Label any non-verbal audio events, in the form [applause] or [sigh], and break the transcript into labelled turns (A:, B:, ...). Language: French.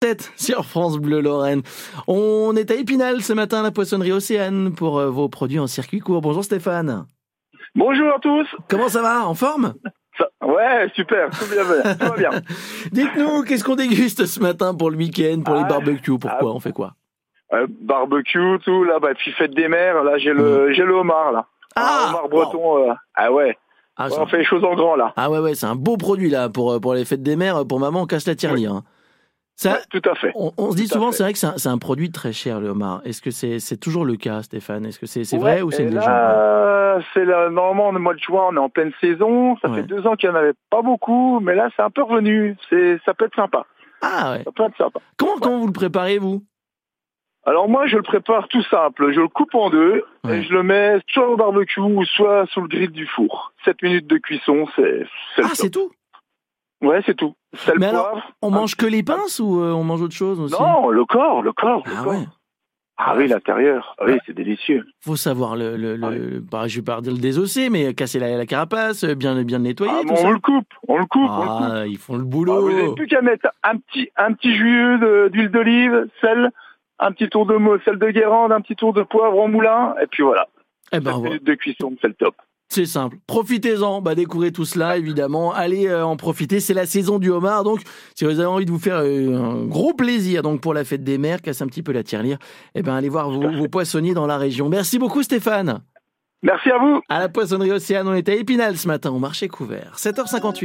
A: tête sur France Bleu Lorraine. On est à Épinal ce matin, à la poissonnerie Océane, pour euh, vos produits en circuit court. Bonjour Stéphane.
B: Bonjour à tous.
A: Comment ça va En forme
B: Ça- ouais, super, tout bien, tout
A: [laughs]
B: va bien.
A: Dites-nous, qu'est-ce qu'on déguste ce matin pour le week-end, pour les
B: Ah,
A: barbecues
B: ah,
A: Pourquoi On fait quoi
B: Euh, barbecue, tout là, bah puis fête des mers. Là, j'ai le, j'ai le homard là.
A: Mm.
B: homard
A: Ah, wow.
B: breton. euh, ah ouais.
A: ah,
B: Ouais,
A: c'est-
B: on fait les choses en grand là.
A: ah ouais, ouais, c'est un beau produit là pour, euh, pour les fêtes des mères. Pour maman, on casse la tirelire. hein. Ça,
B: Ouais, tout à fait.
A: on, on se dit
B: tout à
A: souvent,
B: fait.
A: c'est vrai que c'est un, c'est un produit très cher le homard. Est-ce que c'est c'est toujours le cas, Stéphane Est-ce que c'est c'est
B: Ouais,
A: vrai ou c'est
B: et
A: une légende
B: là, c'est là, normalement, le mois de juin, on est en pleine saison. Ça
A: Ouais.
B: fait deux ans qu'il n'y en avait pas beaucoup, mais là, c'est un peu revenu. C'est, ça peut être sympa.
A: Ah ouais.
B: Ça peut être sympa.
A: Comment, comment vous le préparez, vous
B: Alors moi, je le prépare tout simple. Je le coupe en deux
A: Ouais.
B: et je le mets soit au barbecue ou soit sous le grill du four. 7 minutes de cuisson, c'est c'est le
A: Ah,
B: top.
A: c'est tout
B: Ouais, c'est tout. Sel,
A: Mais alors,
B: poivre.
A: On
B: Ah.
A: mange que les pinces ou euh, on mange autre chose aussi
B: Non, le corps, le corps, le
A: Ah
B: corps.
A: ouais.
B: Ah oui, l'intérieur. Ah oui, c'est délicieux.
A: Faut savoir le, le, le-
B: Ah ouais.
A: le- bah, je vais pas dire le désosser, mais casser la, la carapace, euh, bien, bien le nettoyer,
B: Ah,
A: tout
B: mais on
A: ça.
B: le coupe, on le coupe, on le coupe.
A: Ah, ils font le
B: Ah, vous n'avez
A: boulot.
B: plus qu'à mettre un petit, un petit jus de- d'huile d'olive, sel, un petit tour de mo- sel de Guérande, un petit tour de poivre en moulin, et puis voilà.
A: eh
B: 7
A: ben, voilà.
B: minutes de cuisson, c'est le top.
A: c'est simple. Profitez-en, bah, découvrez tout cela, évidemment. Allez euh, en profiter. C'est la saison du homard, donc si vous avez envie de vous faire euh, un gros plaisir, donc pour la fête des mères, casse un petit peu la tirelire. Eh ben, allez voir vos, vos poissonniers dans la région. Merci beaucoup, Stéphane.
B: Merci à vous.
A: À la poissonnerie Océane, on était à Épinal ce matin, au marché couvert. 7h58.